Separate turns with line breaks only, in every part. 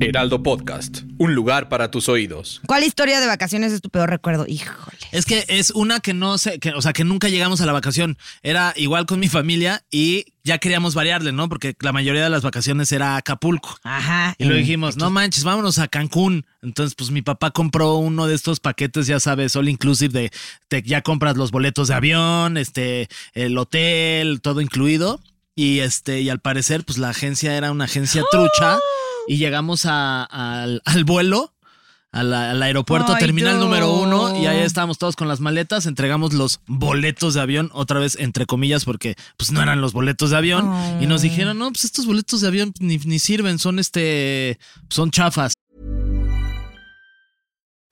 Heraldo Podcast, un lugar para tus oídos.
¿Cuál historia de vacaciones es tu peor recuerdo? Híjole.
Es que es una que no sé, que, o sea, que nunca llegamos a la vacación. Era igual con mi familia y ya queríamos variarle, ¿no? Porque la mayoría de las vacaciones era Acapulco.
Ajá.
Y lo
en-
dijimos, no manches, vámonos a Cancún. Entonces, pues mi papá compró uno de estos paquetes, ya sabes, all inclusive de te- ya compras los boletos de avión, este, el hotel, todo incluido. Y este, y al parecer, pues la agencia era una agencia trucha. Y llegamos a- al, al vuelo, a la- al aeropuerto,
Ay,
terminal
no.
número uno, y ahí estábamos todos con las maletas, entregamos los boletos de avión, otra vez entre comillas, porque pues no eran los boletos de avión. Y nos dijeron, no, pues estos boletos de avión ni, ni sirven, son este, son chafas.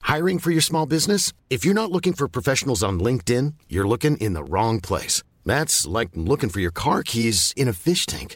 Hiring for your small business? If you're not looking for professionals on LinkedIn, you're looking in the wrong place. That's like looking for your car keys in a fish tank.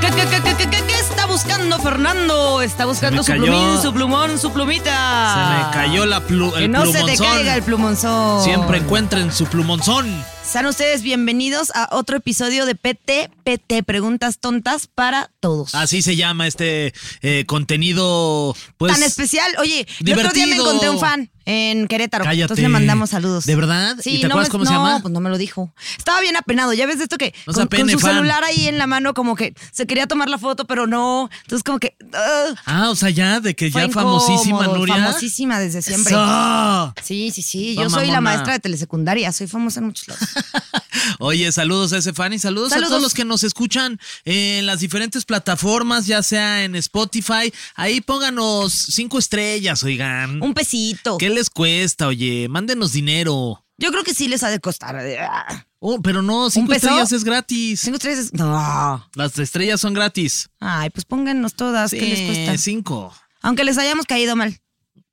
¿Qué, qué, qué, qué, qué, qué, qué está buscando Fernando? Está buscando su
cayó.
plumín, su plumón, su plumita.
Se me cayó la plu-
Ah. Que
el
no se te
plumonzón.
caiga el plumonzón.
Siempre encuentren su plumonzón.
Sean ustedes bienvenidos a otro episodio de PT, PT, Preguntas Tontas para Todos.
Así se llama este eh, contenido, pues.
Tan especial. Oye, el otro día me
divertido.
encontré un fan en Querétaro.
Cállate.
Entonces le mandamos saludos.
¿De verdad?
Sí,
¿Y te
no
acuerdas
me-
cómo se llama?
No, pues no me lo dijo. Estaba bien apenado. Ya ves de esto que
No se
con,
apene,
con su
fan.
celular ahí en la mano como que se quería tomar la foto, pero no. Entonces como que... ugh,
Ah, o sea, ya, de que
fue
ya famosísima
incómodo,
Nuria.
Famosísima desde siempre.
Eso.
Sí, sí, sí.
Va,
Yo soy la
mamona.
maestra de telesecundaria. Soy famosa en muchos lados.
Oye, saludos a ese fan y saludos, a
Saludos.
todos los que nos escuchan en las diferentes plataformas, ya sea en Spotify. Ahí pónganos cinco estrellas, oigan.
Un pesito.
¿Qué les cuesta? Oye, mándenos dinero.
Yo creo que sí les ha de costar. Ah,
Oh, pero no, cinco
peso?
estrellas es gratis.
Cinco, tres. es- No.
Las estrellas son gratis.
Ay, pues pónganos todas. ¿Qué les
Sí,
cuesta?
Cinco.
Aunque les hayamos caído mal.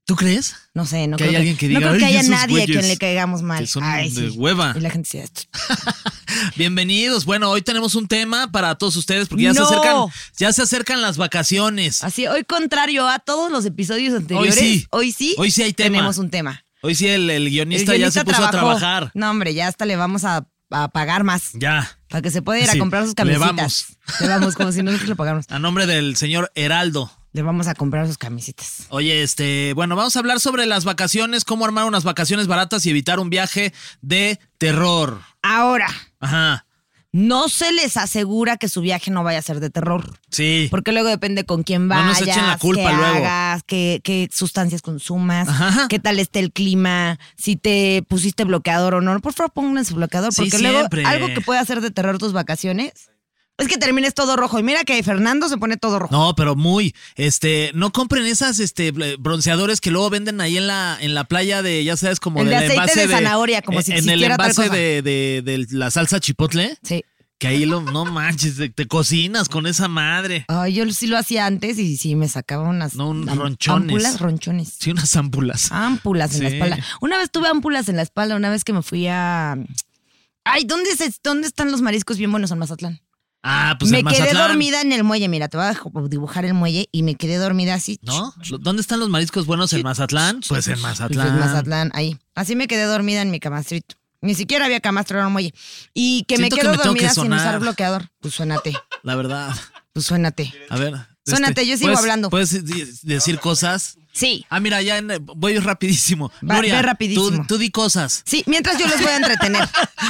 ¿Tú crees?
No sé, no
Que
creo
haya alguien que diga,
no creo que
"Ay,
haya
esos
nadie a quien
güeyes
le caigamos mal.
que son
Ay,
de
sí.
hueva.
Y la gente dice, "Ch-
Bienvenidos. Bueno, hoy tenemos un tema para todos ustedes porque ya se
No.
acercan, ya se acercan las vacaciones.
así, hoy contrario a todos los episodios anteriores,
sí.
hoy sí,
Hoy sí hay tema.
tenemos un tema.
Hoy sí el, el guionista, ya se puso a
trabajó.
trabajar.
No, hombre, ya hasta le vamos a, a pagar más
Ya.
para que se pueda ir
Sí,
a comprar sus
le
camisitas.
vamos.
Le vamos, como si nosotros le pagáramos.
A nombre del señor Heraldo.
Le vamos a comprar sus camisitas.
Oye, este, bueno, vamos a hablar sobre las vacaciones, cómo armar unas vacaciones baratas y evitar un viaje de terror.
Ahora,
Ajá.
no se les asegura que su viaje no vaya a ser de terror.
Sí.
Porque luego depende con quién
No nos
vayas,
echen la culpa
qué
luego.
hagas, qué, qué sustancias consumas,
Ajá.
qué tal esté el clima, si te pusiste bloqueador o no. Por favor, pónganse bloqueador,
Sí,
porque luego
siempre.
algo que puede hacer de terror tus vacaciones es que termines todo rojo. Y mira que Fernando se pone todo rojo.
No, pero muy, este, no compren esas, este, bl- bronceadores que luego venden ahí en la, en la playa de, ya sabes, como
El de
del
aceite
envase eh,
de zanahoria, como si
en el
existiera tal
envase
cosa.
de, de- de la salsa chipotle,
Sí.
que ahí lo, no manches, te, te cocinas con esa madre,
Ay, yo sí lo hacía antes y sí me sacaba unas
No, un
am-
ronchones.
ámpulas, ronchones.
sí, unas ámpulas.
Ámpulas en la
Sí.
espalda. Una vez tuve ámpulas en la espalda, una vez que me fui a. Ay, ¿dónde, se- ¿dónde están los mariscos bien buenos en Mazatlán?
Ah, pues
me
en
quedé
Mazatlán,
dormida en el muelle. Mira, te voy a jo- dibujar el muelle y me quedé dormida así.
¿No? ¿Dónde están los mariscos buenos en Mazatlán? Pues en Mazatlán.
En Mazatlán, ahí. Así me quedé dormida en mi camastrito. Ni siquiera había camastro, era un muelle. Y que
Siento
me
que
quedo
me tengo que
dormida sin
sonar.
usar bloqueador. Pues suénate,
La verdad.
pues suénate.
A ver. este,
Suénate, yo sigo
¿puedes-
hablando.
Puedes di- decir cosas.
Sí.
Ah, mira, ya en- voy rapidísimo.
Va-
Nuria,
ve
tú-
rapidísimo.
tú di cosas.
Sí, mientras yo los voy a entretener.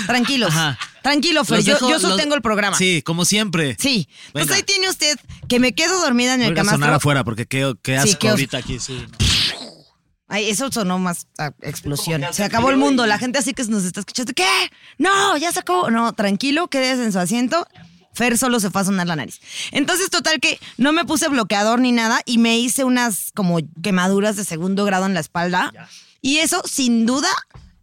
Tranquilos.
Ajá.
Tranquilo, Fer. Pues
Los
Yo,
dejo-
yo
los-
sostengo el programa.
Sí, como siempre.
Sí. Pues
Venga.
ahí tiene usted que me quedo dormida en
Voy
el
a ir a sonar
camastro.
afuera porque qué, qué asco
qué os-
ahorita aquí. Sí,
Ay, eso sonó más a explosión. Se acabó el mundo. La gente así que nos está escuchando. ¿Qué? No, ya se acabó. No, tranquilo, quédese en su asiento. Fer solo se fue a sonar la nariz. Entonces, total que no me puse bloqueador ni nada y me hice unas como quemaduras de segundo grado en la espalda. Y eso, sin duda,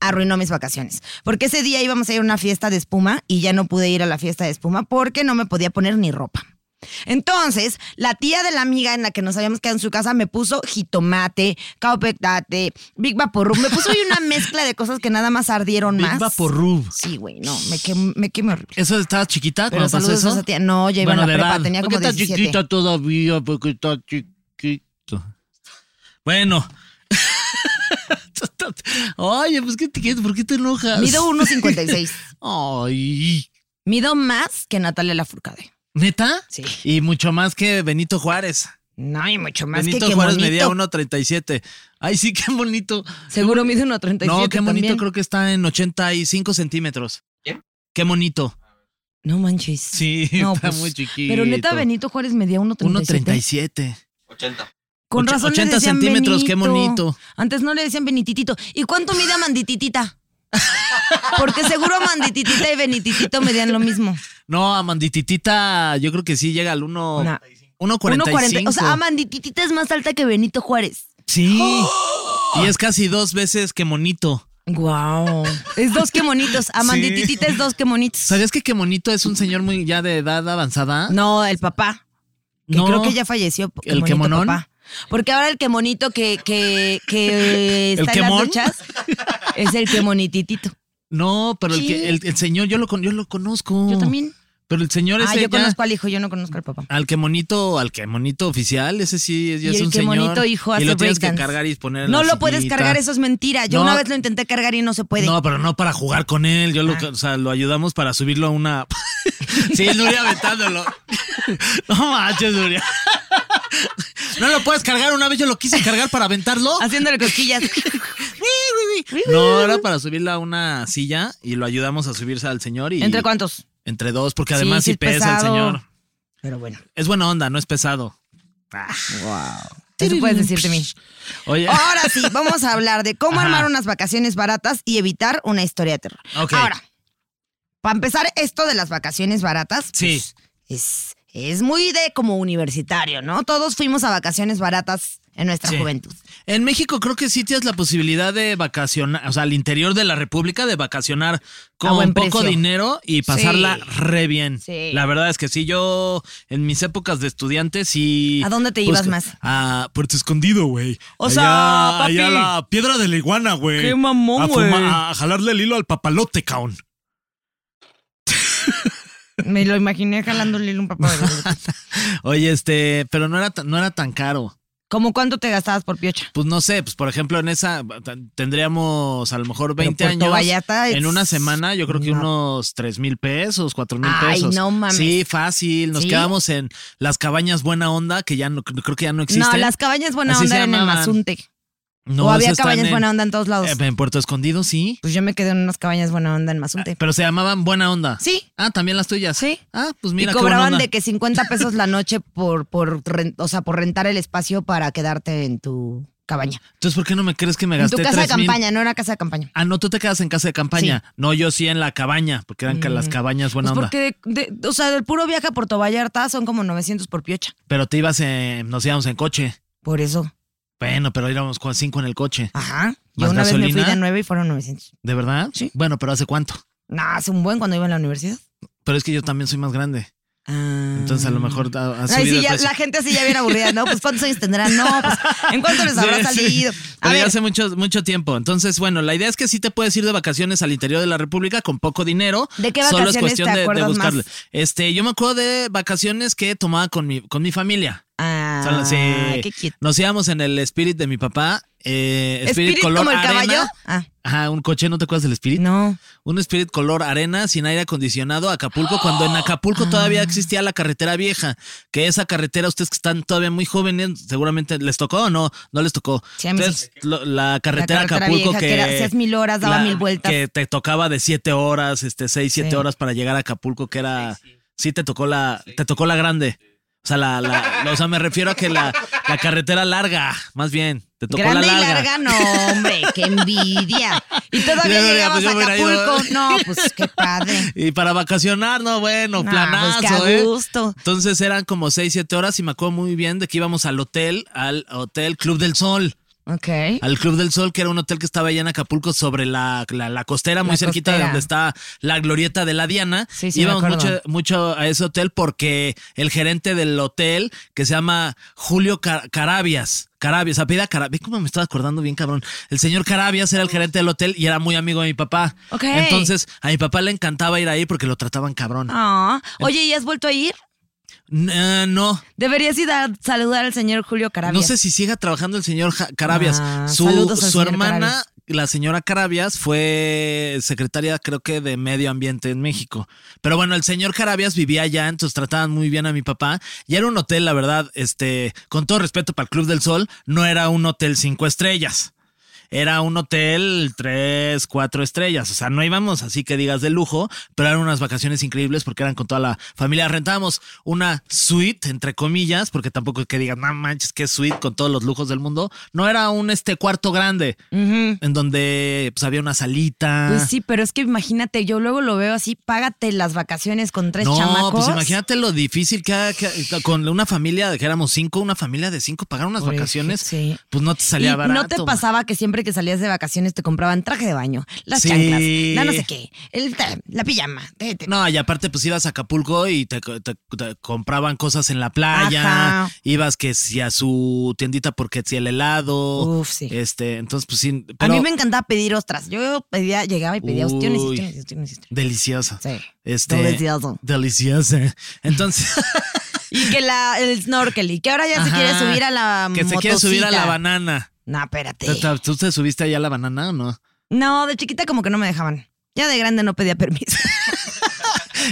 arruinó mis vacaciones. Porque ese día íbamos a ir a una fiesta de espuma y ya no pude ir a la fiesta de espuma porque no me podía poner ni ropa. Entonces, la tía de la amiga en la que nos habíamos quedado en su casa me puso jitomate, caopectate, Big Vaporub. Me puso ahí una mezcla de cosas que nada más ardieron
Big
más.
Vaporub.
Sí, güey, no, me quemé, me quemé horrible.
¿Eso estaba chiquita
Pero
cuando pasó
saludos a
eso?
esa tía. No, ya iba en la
de
prepa,
edad.
tenía
¿Por qué
como
está
17.
chiquita todavía? Porque está chiquito. Bueno. Oye, pues, ¿qué te quieres? ¿Por qué te enojas?
Mido 1.56.
Ay,
Mido más que Natalia Lafourcade.
¿neta?
Sí.
Y mucho más que Benito Juárez.
No, y mucho más
Benito
que qué
Juárez
bonito.
medía 1.37. Ay, sí, qué bonito.
Seguro mide 1.37
No, qué bonito,
también.
creo que está en 85 centímetros. Qué bonito.
No manches.
Sí,
No,
está
pues,
muy chiquito.
Pero neta, Benito Juárez medía 1.37.
1.37.
Con
Och-
razón 80
80 centímetros, qué bonito.
Antes no le decían Benititito. ¿Y cuánto mide a Mandititita? Porque seguro Mandititita y Benititito medían lo mismo.
No, a Mandititita, yo creo que sí llega al 1.
Nah.
1.45.
O sea, Amandititita es más alta que Benito Juárez.
Sí.
¡Oh!
Y es casi dos veces que monito.
Wow. Es dos que monitos. Amandititita es dos que monitos.
¿Sabías que qué monito es un señor muy ya de edad avanzada?
No, el papá. Que
No.
creo que ya falleció.
¿El
Monito
Quemonón?
papá. Porque ahora el que monito que, que, que
¿El
está en las
Quemón?
duchas es el que monititito.
No, pero el,
Sí.
que, el, el señor, yo lo, con- yo lo conozco.
Yo también.
Pero el señor
Ah,
ese
yo
ya-
conozco al hijo, yo no conozco al papá.
Al que monito, al que monito oficial, ese sí ya
Y
es
el
un
que
señor.
monito hijo
y
hace
lo tienes que
breakdance.
cargar y poner en
No
la
lo puedes
sillita.
cargar, eso es mentira. Yo
No.
una vez lo intenté cargar y no se puede.
No, pero no para jugar con él. Yo lo,
Ah.
o sea, lo ayudamos para subirlo a una. sí, Nuria aventándolo. no manches, Nuria. no lo puedes cargar. Una vez yo lo quise cargar para aventarlo.
Haciéndole cosquillas.
No, era para subirlo a una silla y lo ayudamos a subirse al señor. Y,
¿Entre cuántos?
Entre dos, porque además
Sí, sí
sí,
es
pesa el
pesado.
señor.
Pero bueno.
Es buena onda, no es pesado. Ah.
Eso puedes decirte a mí.
Oye.
Ahora sí, vamos a hablar de cómo
Ajá.
armar unas vacaciones baratas y evitar una historia de terror.
Ok.
Ahora, para empezar, esto de las vacaciones baratas,
Sí.
pues, es, es muy de como universitario, ¿no? Todos fuimos a vacaciones baratas en nuestra
Sí.
juventud.
En México creo que sí tienes la posibilidad de vacacionar, o sea, al interior de la República de vacacionar
A
con
buen
poco
precio.
dinero y pasarla
Sí.
re bien.
Sí.
La verdad es que sí, yo en mis épocas de estudiante sí... pues,
¿A dónde te ibas más?
A Puerto Escondido, güey.
O sea,
Allá-
papi.
allá a la piedra de la iguana, güey.
Qué mamón,
A fuma-
güey.
A, jalarle el hilo al papalote, caón.
Me lo imaginé jalándole un papá.
Oye, este, pero no era, tan- no era tan caro.
¿Cómo cuánto te gastabas por piocha?
Pues no sé, pues por ejemplo, en esa t- tendríamos a lo mejor
Pero
20
Puerto
años.
Vallarta es-
En una semana, yo creo que
No.
unos 3 mil pesos, 4 mil
Ay,
pesos.
no mames.
Sí, fácil. Nos
¿Sí?
quedamos en las cabañas Buena Onda, que ya no, creo que ya no existen.
No, las cabañas buena
Así se
onda eran en
llamaban.
Mazunte.
No,
o
esas
había
están
cabañas
en-
buena onda en todos lados.
eh, En Puerto Escondido, sí.
pues yo me quedé en unas cabañas buena onda en Mazunte.
Ah, Pero se llamaban Buena Onda.
Sí.
Ah, también las tuyas.
Sí.
Ah, pues mira.
y
qué buena
cobraban
onda.
de que 50 pesos la noche por, por, ren- o sea, por rentar el espacio para quedarte en tu cabaña.
Entonces, ¿por qué no me crees que me
En
gasté
tu casa de
3,000?
campaña, no era casa de campaña.
Ah, no, tú te quedas en casa de campaña. No, yo sí en la cabaña, porque eran ca- las cabañas Buena
Pues
Onda.
porque, de- de- o sea, del puro viaje a Puerto Vallarta son como 900 por piocha.
Pero te ibas en, nos íbamos en coche.
Por eso.
Bueno, pero íbamos con cinco en el coche.
Ajá. Yo
¿Más
una vez me fui
gasolina?
de 9 y fueron 900.
¿De verdad?
Sí.
Bueno, pero ¿hace cuánto?
No, hace un buen cuando iba a la universidad.
Pero es que yo también soy más grande.
Ah.
Entonces a lo mejor ha, ha
Ay,
subido
Ah, sí,
el
ya,
precio.
la gente así ya viene aburrida, ¿no? Pues cuántos años tendrán, no, pues en cuánto les habrá
Sí, sí.
salido. A
Pero ya
ver,
hace mucho, mucho tiempo. Entonces, bueno, la idea es que sí te puedes ir de vacaciones al interior de la República con poco dinero.
¿De qué
Solo
vacaciones
es
te
cuestión de- de,
acuerdas más?
buscarle. Este, yo me acuerdo de vacaciones que tomaba con mi, con mi familia.
Ah,
Solo- sí.
qué cute.
Nos íbamos en el Spirit de mi papá. Eh, Spirit,
Spirit
color
como el
arena.
caballo. Ah,
Ajá, un coche, ¿no te acuerdas del Spirit?
no.
Un Spirit color arena sin aire acondicionado a Acapulco, cuando en Acapulco todavía existía la carretera vieja, que esa carretera ustedes que están todavía muy jóvenes, seguramente les tocó o no, no les tocó.
Sí, a mí
Entonces, lo- la carretera
La carretera
Acapulco
vieja
que,
que era seis mil horas, daba mil vueltas.
que te tocaba de siete horas, este seis, siete
Sí.
horas para llegar a Acapulco, que era sí te tocó la te tocó la grande. O sea, la, la- la- o sea, me refiero a que la, la carretera larga, más bien, te tocó
Grande
la
y larga, no, hombre, qué envidia. Y todavía
Ya, ya,
llegabas
pues, yo
a
me hubiera ido.
Acapulco. No, pues qué padre.
Y para vacacionar, no, bueno,
Nah,
planazo,
pues, qué a
¿eh?
gusto.
Entonces eran como 6, 7 horas y me acuerdo muy bien de que íbamos al hotel, al Hotel Club del Sol.
Ok.
al Club del Sol, que era un hotel que estaba allá en Acapulco sobre la, la- la costera, muy
La
cerquita de
costera.
donde está la glorieta de la Diana.
Sí, sí, me
Íbamos
acuerdo.
mucho, mucho a ese hotel porque el gerente del hotel, que se llama Julio Ca- Carabias, Carabias, apellida Carabias, ¿cómo me estaba acordando bien, cabrón? El señor Carabias era el gerente del hotel y era muy amigo de mi papá.
Ok.
Entonces, a mi papá le encantaba ir ahí porque lo trataban cabrón.
Ah, Oye, ¿y has vuelto a ir?
N- eh, no.
Deberías ir a saludar al señor Julio Carabias.
No sé si siga trabajando el señor Ja- Carabias.
Ah,
su
saludos al
su
señor
hermana,
Carabias.
la señora Carabias, fue secretaria, creo que, de Medio Ambiente en México. Pero bueno, el señor Carabias vivía allá, entonces trataban muy bien a mi papá. Y era un hotel, la verdad, este, con todo respeto para el Club del Sol, no era un hotel cinco estrellas. Era un hotel tres, cuatro estrellas. O sea, no íbamos así que digas de lujo, pero eran unas vacaciones increíbles porque eran con toda la familia. Rentábamos una suite, entre comillas, porque tampoco es que digan, no manches, qué suite con todos los lujos del mundo. No era un este cuarto grande en donde pues, había una salita.
Pues sí, pero es que imagínate, yo luego lo veo así, págate las vacaciones con tres
no,
chamacos.
pues imagínate lo difícil que, era- que- con una familia de que éramos cinco, una familia de cinco, pagar unas
Por ej-
vacaciones,
sí.
pues no te
¿Y
salía barato.
no te
man.
pasaba que siempre que salías de vacaciones te compraban traje de baño, las
Sí.
chanclas, la no sé qué, el ta- la pijama? te- te-
No, y aparte, pues ibas a Acapulco y te, te- te compraban cosas en la playa.
Ajá.
Ibas que si a su tiendita porque si el helado.
Uf, sí.
Este, entonces, pues sí.
a
pero
mí me encantaba pedir ostras. Yo pedía, llegaba y pedía ostiones,
Uy.
ostiones, ostiones, ostiones.
Deliciosa.
Sí.
Este,
Delicioso.
Deliciosa. Entonces.
Y que la, el snorkel, y que ahora ya se quiere
ajá,
subir a la
Que se quiere subir a
motocicleta.
la banana.
No, espérate.
¿Tú, tú- tú te subiste allá a la banana o no?
No, de chiquita como que no me dejaban. Ya de grande no pedía permiso.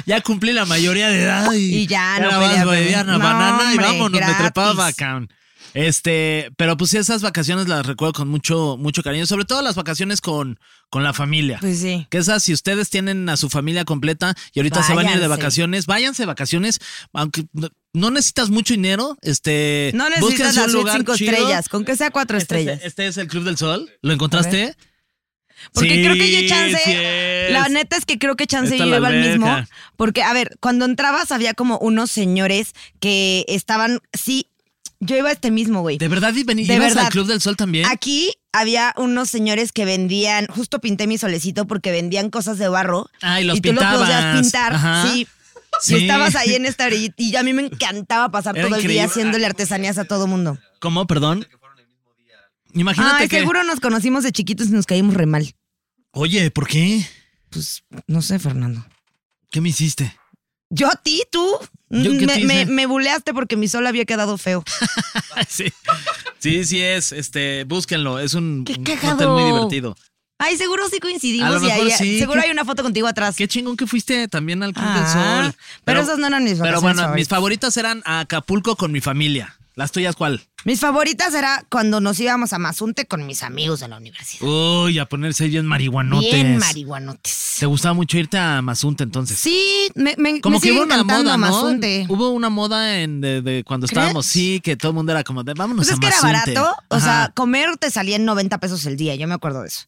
Ya cumplí la mayoría de edad y,
Y ya no
la
podía
vas a
beber.
bailar la
No,
banana y
hombre,
vámonos, me
gratis.
trepaba, cabrón. Este, pero pues sí, esas vacaciones las recuerdo con mucho, mucho cariño, sobre todo las vacaciones con, con la familia.
Pues sí.
Que esas, si ustedes tienen a su familia completa y ahorita se van a ir de
Váyanse.
vacaciones, váyanse de vacaciones, aunque no, no necesitas mucho dinero, este.
No
búsquense
necesitas
un
las suite
lugar
cinco
chido.
estrellas, con que sea cuatro
Este es-
estrellas.
Este es el Club del Sol. ¿Lo encontraste?
Porque
Sí,
creo que yo chance.
sí es.
La neta es que creo que chance
Está
yo
la
iba al mismo.
alberca.
Porque, a ver, cuando entrabas había como unos señores que estaban. Sí, yo iba a este mismo, güey.
¿De verdad y veni-
De
ibas al
verdad.
Club del Sol también?
Aquí había unos señores que vendían, justo pinté mi solecito porque vendían cosas de barro.
Ah, y los
tú lo
pintabas.
podías pintar,
Ajá.
sí.
Sí.
Y estabas ahí en esta orillita. Y a mí me encantaba pasar
Era
todo el
increíble.
día haciéndole artesanías a todo mundo.
¿Cómo? Perdón. Imagínate
Ay,
que.
seguro nos conocimos de chiquitos y nos caímos re mal.
Oye, ¿por qué?
Pues no sé, Fernando.
¿Qué me hiciste?
Yo a ti, tú.
¿Yo qué
me,
te hice?
me- me buleaste porque mi sol había quedado feo.
sí. sí, sí es. Este, búsquenlo. Es un
Qué
un
cagado.
hotel muy divertido.
Ay, seguro sí coincidimos.
A lo
y
mejor
ahí-
sí.
Seguro
¿Qué-
hay una foto contigo atrás.
Qué chingón que fuiste también al Club
Ah,
del Sol.
pero esas no eran mis
Pero
vacaciones
bueno, mis
favoritas.
favoritas eran a Acapulco con mi familia. ¿Las tuyas cuál?
Mis favoritas era cuando nos íbamos a Mazunte con mis amigos de la universidad.
Uy, a ponerse bien marihuanotes.
Bien marihuanotes.
Te gustaba mucho irte a Mazunte entonces.
Sí, me, me,
Como
me
que
sigue
hubo una
encantando
moda, ¿no?
Mazunte.
Hubo una moda en de, de cuando estábamos,
¿Crees?
sí, que todo el mundo era como, de, vámonos
Pues
a
es que era
Mazunte.
barato. O
Ajá.
sea, comer te salían 90 pesos el día, yo me acuerdo de eso.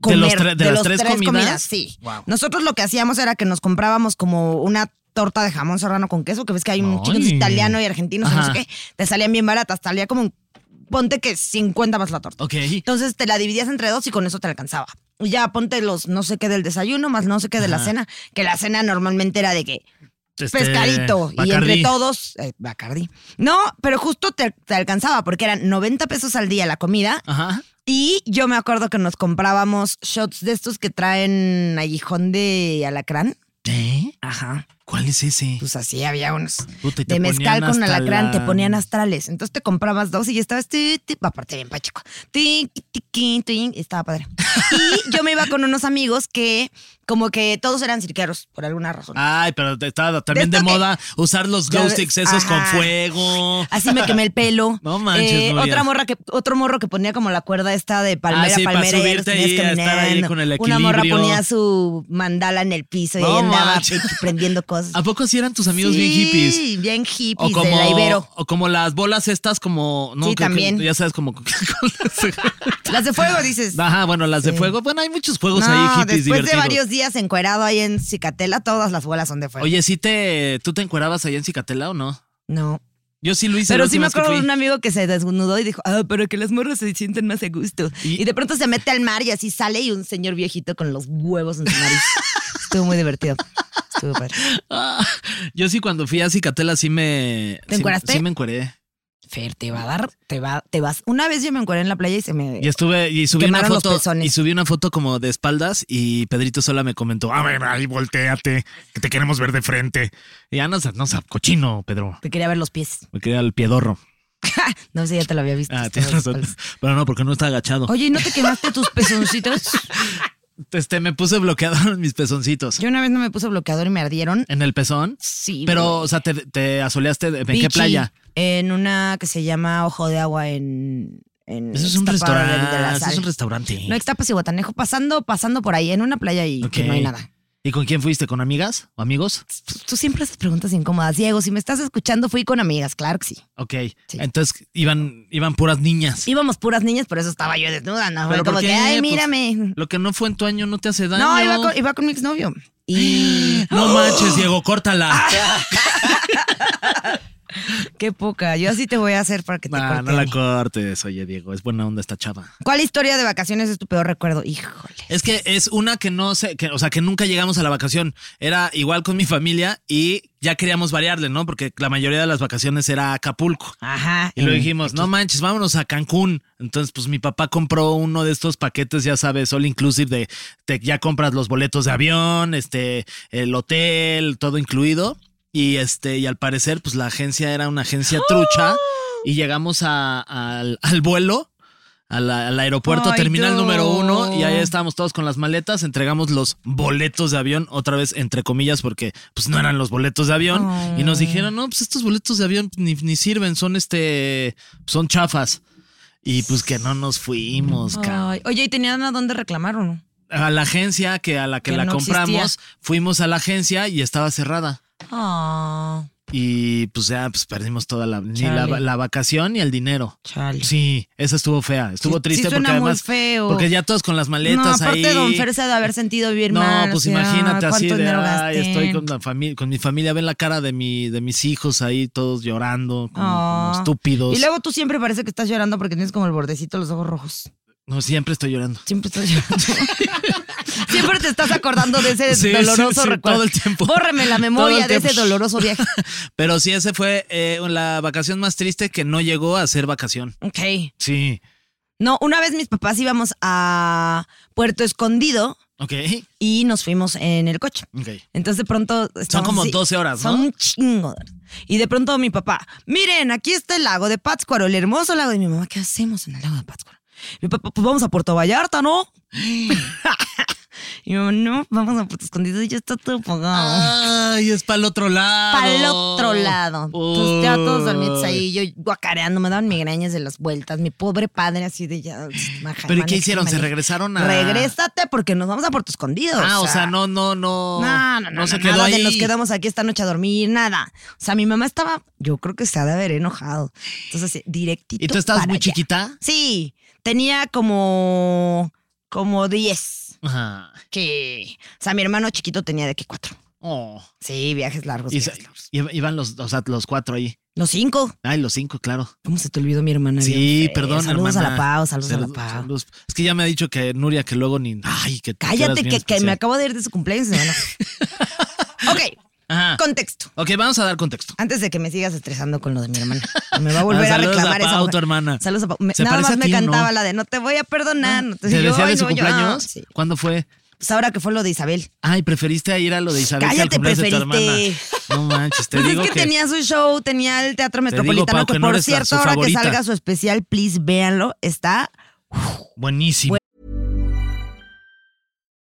¿De los
Comer,
tre- de las tres comidas?
sí.
Wow.
Nosotros lo que hacíamos era que nos comprábamos como una torta de jamón serrano con queso, que ves que hay un chicos
Ay.
italiano y argentinos, o no
Ajá.
sé qué, te salían bien baratas, salía como, un- ponte que 50 más la torta.
Ok. Este,
Entonces te la dividías entre dos y con eso te alcanzaba. Y ya ponte los no sé qué del desayuno, más no sé qué de la
Ajá.
cena, que la cena normalmente era de que
Este,
pescadito y entre
Bacardí.
todos, eh, Bacardí. No, pero justo te, te alcanzaba porque eran 90 pesos al día la comida
Ajá.
y yo me acuerdo que nos comprábamos shots de estos que traen aguijón de alacrán.
¿Eh?
Ajá.
¿Cuál es ese?
Pues así había unos
Puta, y te
de mezcal
ponían
con
hasta
alacrán, te
la-
ponían astrales. Entonces te comprabas dos y ya estabas, ti, ti, aparte bien pacheco. Ti, ti, ti, ti, estaba padre. Y yo me iba con unos amigos que como que todos eran cirqueros por alguna razón.
Ay, pero te- estaba también
De
de,
esto que-
moda usar los
Ya
glow
ves,
sticks esos con
ajá.
fuego.
Así me quemé el pelo. Eh,
No manches, Nuria.
otra morra que, otro morro que ponía como la cuerda esta de palmera,
Ah, sí, para
palmera. y ahí los
subirte
tenías
ahí, a estar ahí
caminando.
con el
Una morra
equilibrio.
ponía su mandala en el piso y
No
ahí andaba
manches.
prendiendo cosas.
¿A poco sí eran tus amigos
sí,
bien hippies?
bien hippies
O
de la Ibero.
como, o como las bolas estas como... No,
Sí,
creo que-
también.
ya sabes, como... con las-
Las de fuego, dices.
Ajá, bueno, las de fuego. Bueno, hay muchos juegos
no,
ahí
después
hippies divertidos.
de varios días encuerado ahí en Cicatela, todas las bolas son de fuego.
Oye, ¿sí te, ¿tú te encuerabas ahí en Cicatela o no?
No.
Yo sí lo hice.
Pero
la
sí me
última vez que
acuerdo de
fui.
un amigo que se desnudó y dijo, ah, pero que las morras se sienten más a gusto.
Y-
Y, de pronto se mete al mar y así sale y un señor viejito con los huevos en su nariz. Estuvo muy divertido. Estuvo padre.
Ah, yo sí cuando fui a Cicatela sí me...
¿Te
sí-
encueraste?
Sí me encueré.
Fer, te va a dar, te va, te vas. Una vez yo me encueré en la playa y se me.
Y estuve y subí
Eh,
una
Quemaron los
foto
pezones.
y subí una foto como de espaldas y Pedrito sola me comentó, a ver, ahí volteate, que te queremos ver de frente. Y ya no seas- no seas cochino, Pedro.
Te quería ver los pies.
Me quedé al piedorro.
no sé, ya te lo había visto.
Ah, tienes razón. Pero no, porque no está agachado.
Oye, ¿y no te quemaste tus pezoncitos?
Este, me puse bloqueador en mis pezoncitos.
Yo una vez no me puse bloqueador y me ardieron.
¿En el pezón?
Sí.
Pero, o sea, te, te asoleaste de- en qué
Pichi,
playa.
En una que se llama Ojo de Agua en. en
Eso es un
Ixtapa de- de la
restaurante. Eso
Sal.
es un restaurante.
No, Ixtapas y Guatanejo, pasando, pasando por ahí, en una playa y
Ok.
que no hay nada.
¿Y con quién fuiste? ¿Con amigas o amigos?
Tú, tú siempre haces preguntas incómodas. Diego, si me estás escuchando, fui con amigas, claro que sí.
Ok. Entonces iban, iban puras niñas.
Íbamos puras niñas, por eso estaba yo desnuda, ¿no? Fue
Pero ¿por
como
qué?
que, ay,
Pues,
mírame.
Lo que no fue en tu año no te hace daño.
no, iba con, iba con mi exnovio. Y.
No manches, Diego,
Ah,
córtala.
Qué poca. Yo así te voy a hacer para que te
Nah,
corten.
no la cortes, oye, Diego. Es buena onda esta chava.
¿Cuál historia de vacaciones es tu peor recuerdo? Híjole.
Es que es una que no sé, que, o sea, que nunca llegamos a la vacación. Era igual con mi familia y ya queríamos variarle, ¿no? Porque la mayoría de las vacaciones era Acapulco.
Ajá.
Y lo
en-
dijimos, no manches, vámonos a Cancún. Entonces, pues mi papá compró uno de estos paquetes, ya sabes, all inclusive de te- ya compras los boletos de avión, este, el hotel, todo incluido. Y este, y al parecer, pues la agencia era una agencia
¡Oh!
trucha. Y llegamos a- al, al vuelo, a la- al aeropuerto,
Ay,
terminal
no.
número uno, y ahí estábamos todos con las maletas, entregamos los boletos de avión, otra vez entre comillas, porque pues no eran los boletos de avión. Y
Oh.
nos dijeron, no, pues estos boletos de avión ni, ni sirven, son este, son chafas. Y pues que no nos fuimos, cabrón.
Ay, Oye, ¿y tenían a dónde reclamar o no?
A la agencia que a la que,
Que
la
no
compramos,
existía.
fuimos a la agencia y estaba cerrada.
Ah,
Y pues ya, pues perdimos toda la, ni la,
Chale.
la vacación ni el dinero.
chale.
Sí, esa estuvo fea. Estuvo
Sí,
triste
sí
porque
suena muy
además.
feo.
Porque ya todos con las
No,
maletas
aparte
ahí.
Don Fer se ha de haber sentido bien
no,
mal.
pues
así,
imagínate
"Ah,
así
¿cuánto
de
dinero
ay,
gasté?".
estoy con la familia, con mi familia, ven la cara de mi, de mis hijos ahí, todos llorando, como, como
Ah.
estúpidos.
Y luego tú siempre parece que estás llorando porque tienes como el bordecito, los ojos rojos.
No, siempre estoy llorando.
Siempre estás llorando. siempre te estás acordando de ese
Sí, sí,
doloroso
sí,
recuerdo.
todo el tiempo.
Bórreme la memoria
Todo
de
el
ese
tiempo.
doloroso viaje.
Pero sí, ese fue eh, la vacación más triste que no llegó a ser vacación.
Ok.
Sí.
No, una vez mis papás íbamos a Puerto Escondido
Ok.
y nos fuimos en el coche.
Ok.
Entonces de pronto... estábamos
como
así.
12 horas, ¿no?
Son un chingo. de horas. Y de pronto mi papá, miren, aquí está el lago de Pátzcuaro, el hermoso lago. Y mi mamá, ¿qué hacemos en el lago de Pátzcuaro? Mi papá, pues vamos a Puerto Vallarta, ¿no? y mi mamá, no, vamos a Puerto Escondido y ya está todo apagado.
Ay, es para el otro lado.
Para el otro lado. Entonces ya todos dormidos ahí, yo guacareando, me daban migrañas de las vueltas. Mi pobre padre así de ya... maja,
¿Pero y
maneja,
qué hicieron? ¿Se
maneja.
regresaron a...?
Regrésate porque nos vamos a Puerto Escondido.
Ah, o sea, no, no, no.
No, no, no.
se
no,
quedó
nada de
ahí.
nos quedamos aquí esta noche a dormir, nada. O sea, mi mamá estaba, yo creo que se ha de haber enojado. Entonces, así, directito.
¿Y tú estabas
para
muy
allá.
chiquita?
Sí, tenía como, como 10.
Ajá.
Que, o sea, mi hermano chiquito tenía de que cuatro.
Oh.
Sí, viajes largos.
Y
viajes
se-
largos.
i- iban los, o sea, los cuatro ahí.
Los cinco.
Ay, los cinco, claro.
¿Cómo se te olvidó mi hermana?
Sí,
Bien feo.
perdón,
Saludos
hermana.
a la Pau, saludos a la
Saludos,
Pau.
saludos. Es que ya me ha dicho que Nuria, que luego ni. Ay, que tú eras
Cállate,
bien
que, que
especial.
me acabo de ir de su cumpleaños. mi hermana. ok,
Ajá.
contexto.
Ok, vamos a dar contexto.
Antes de que me sigas estresando con lo de mi hermana. Me va a volver a
Ah, saludos
reclamar
a
esa
Pau,
mujer.
tu hermana.
Saludos a Pau. Me-
Se
nada
parece
más
a
me
ti, ¿no? Ah,
cantaba la de no te voy a perdonar. No te,
¿Te
yo,
decía de
ay,
su
no, yo,
cumpleaños?
ah, sí.
¿Cuándo fue?
Pues ahora que fue lo de Isabel.
Ay, preferiste ir a lo de Isabel que al
Cállate,
cumpleaños de tu hermana.
preferiste.
No manches, te
Pues
digo
es que, tenía su show, tenía el Teatro
digo,
Metropolitano,
Pau,
que,
que no
por
eres la- su
cierto, ahora
favorita.
que salga su especial, please véanlo. Está
Buenísimo.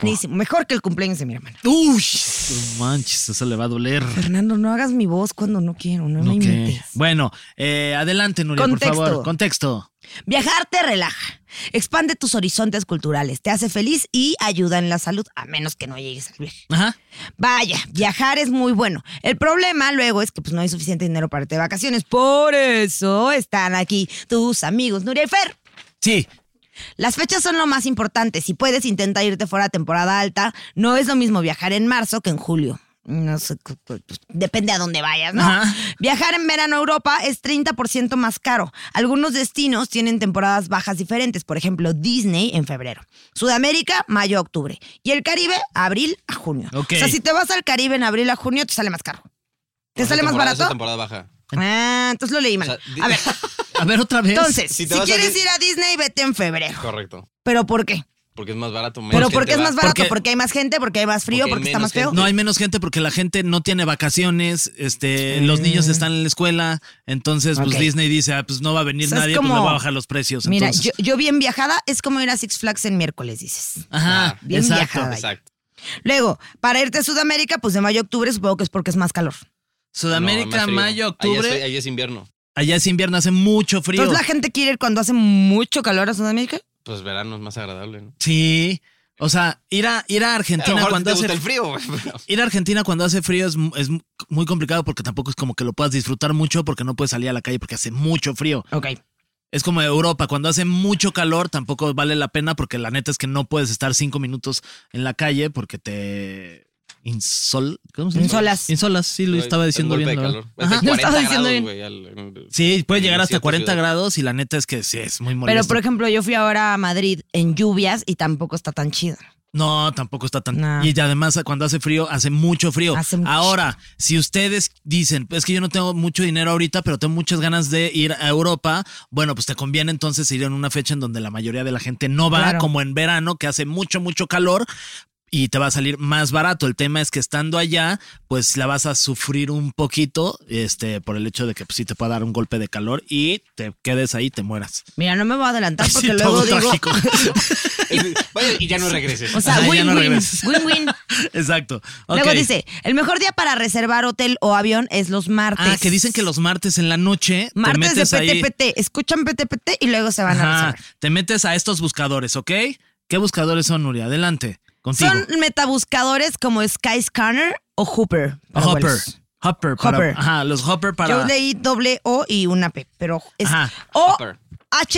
Buenísimo. Mejor que el cumpleaños de mi hermana.
Uy, no manches, eso le va a doler.
Fernando, no hagas mi voz cuando no quiero, no me
Ok.
imites.
Bueno, eh, adelante, Nuria,
Contexto.
por favor. Contexto.
Viajar te relaja, expande tus horizontes culturales, te hace feliz y ayuda en la salud, a menos que no llegues al viaje.
Ajá.
Vaya, viajar es muy bueno. El problema luego es que pues, no hay suficiente dinero para irte de vacaciones. Por eso están aquí tus amigos Nuria y Fer.
Sí,
Las fechas son lo más importante. Si puedes, intenta irte fuera de temporada alta. No es lo mismo viajar en marzo que en julio. No sé, cu- cu- pues, depende a dónde vayas, ¿no?
Ajá.
Viajar en verano a Europa es 30% más caro. Algunos destinos tienen temporadas bajas diferentes, por ejemplo, Disney en febrero, Sudamérica, mayo a octubre, y el Caribe, abril a junio.
Ok.
O sea, si te vas al Caribe en abril a junio, te sale más caro. ¿Te sale más
Temporada- esa
barato?
temporada baja.
Ah, entonces lo leí mal.
O sea, di-
a ver,
a ver otra vez.
entonces, si,
Si te vas a
quieres
Dis-
ir a Disney, vete en febrero.
Correcto.
¿Pero por qué?
Porque es más barato. menos
Pero
gente
porque es
va.
más barato,
Porque-
porque, hay más gente, porque hay más frío,
Porque hay
porque, está
menos
más feo.
gente.
No hay menos gente porque la gente no tiene vacaciones, este, los niños están en la escuela, entonces pues
Ok.
Disney dice, ah, pues no va a venir
O sea, es
nadie,
como-
pues le voy a bajar los precios.
Mira,
entonces.
yo, yo bien viajada es como ir a Six Flags en miércoles, dices.
Ah.
Ajá,
bien
exacto.
viajada.
Exacto.
Luego, para irte a Sudamérica, pues de mayo a octubre supongo que es porque es más calor.
No,
Sudamérica,
más frío.
mayo,
Ahí
octubre,
es,
allá,
ahí es invierno.
es invierno, hace mucho frío.
Entonces la gente quiere ir cuando hace mucho calor a Sudamérica.
Pues verano es más agradable, ¿no?
Sí, o sea, ir a, ir a
A lo
Argentina
mejor
cuando
te
hace
gusta el frío, güey, pero-
Ir a Argentina cuando hace frío es, mu- es mu- muy complicado porque tampoco es como que lo puedas disfrutar mucho porque no puedes salir a la calle porque hace mucho frío.
Ok.
Es como Europa, cuando hace mucho calor tampoco vale la pena porque la neta es que no puedes estar cinco minutos en la calle porque te insol... ¿Cómo se dice?
Insolas.
Insolas, sí, lo
Hay
estaba
pues, un
diciendo
golpe
bien.
de
¿verdad?
calor. Es de
Ajá. Lo estaba
40
diciendo
grados,
bien.
güey, al- en-
Sí, puede
en
llegar hasta
ciertas
40
ciudades.
grados y la neta es que sí, es muy
Pero
molesto.
por ejemplo, yo fui ahora a Madrid en lluvias y tampoco está tan chido.
No, tampoco está tan.
No.
Y además, cuando hace frío, hace mucho frío.
Hace mucho.
Ahora, si ustedes dicen, es que yo no tengo mucho dinero ahorita, pero tengo muchas ganas de ir a Europa, bueno, pues te conviene entonces ir en una fecha en donde la mayoría de la gente no va,
Claro.
como en verano, que hace mucho, mucho calor. Y te va a salir más barato. El tema es que estando allá, pues la vas a sufrir un poquito, este, por el hecho de que pues, sí te pueda dar un golpe de calor y te quedes ahí, te mueras.
Mira, no me voy a adelantar
Así
porque
todo
luego digo.
trágico.
Es- Vaya, y ya no regreses.
O sea,
Ajá, ya
win-win.
no regresas.
win-win.
Exacto.
Luego
Ok.
dice: el mejor día para reservar hotel o avión es los martes.
Ah, que dicen que los martes en la noche
Martes de
te metes ahí.
PTPT. Escuchan PTPT y luego se van a
Ajá,
reservar.
te metes a estos buscadores, ¿ok? ¿Qué buscadores son, Nuria? Adelante, contigo.
Son metabuscadores como Skyscanner o Hooper. para
Hopper.
vuelos.
Hopper. para-
Hopper.
ajá, los Hopper para...
Yo leí doble O y una P, pero es
Ajá.
O E
Hopper.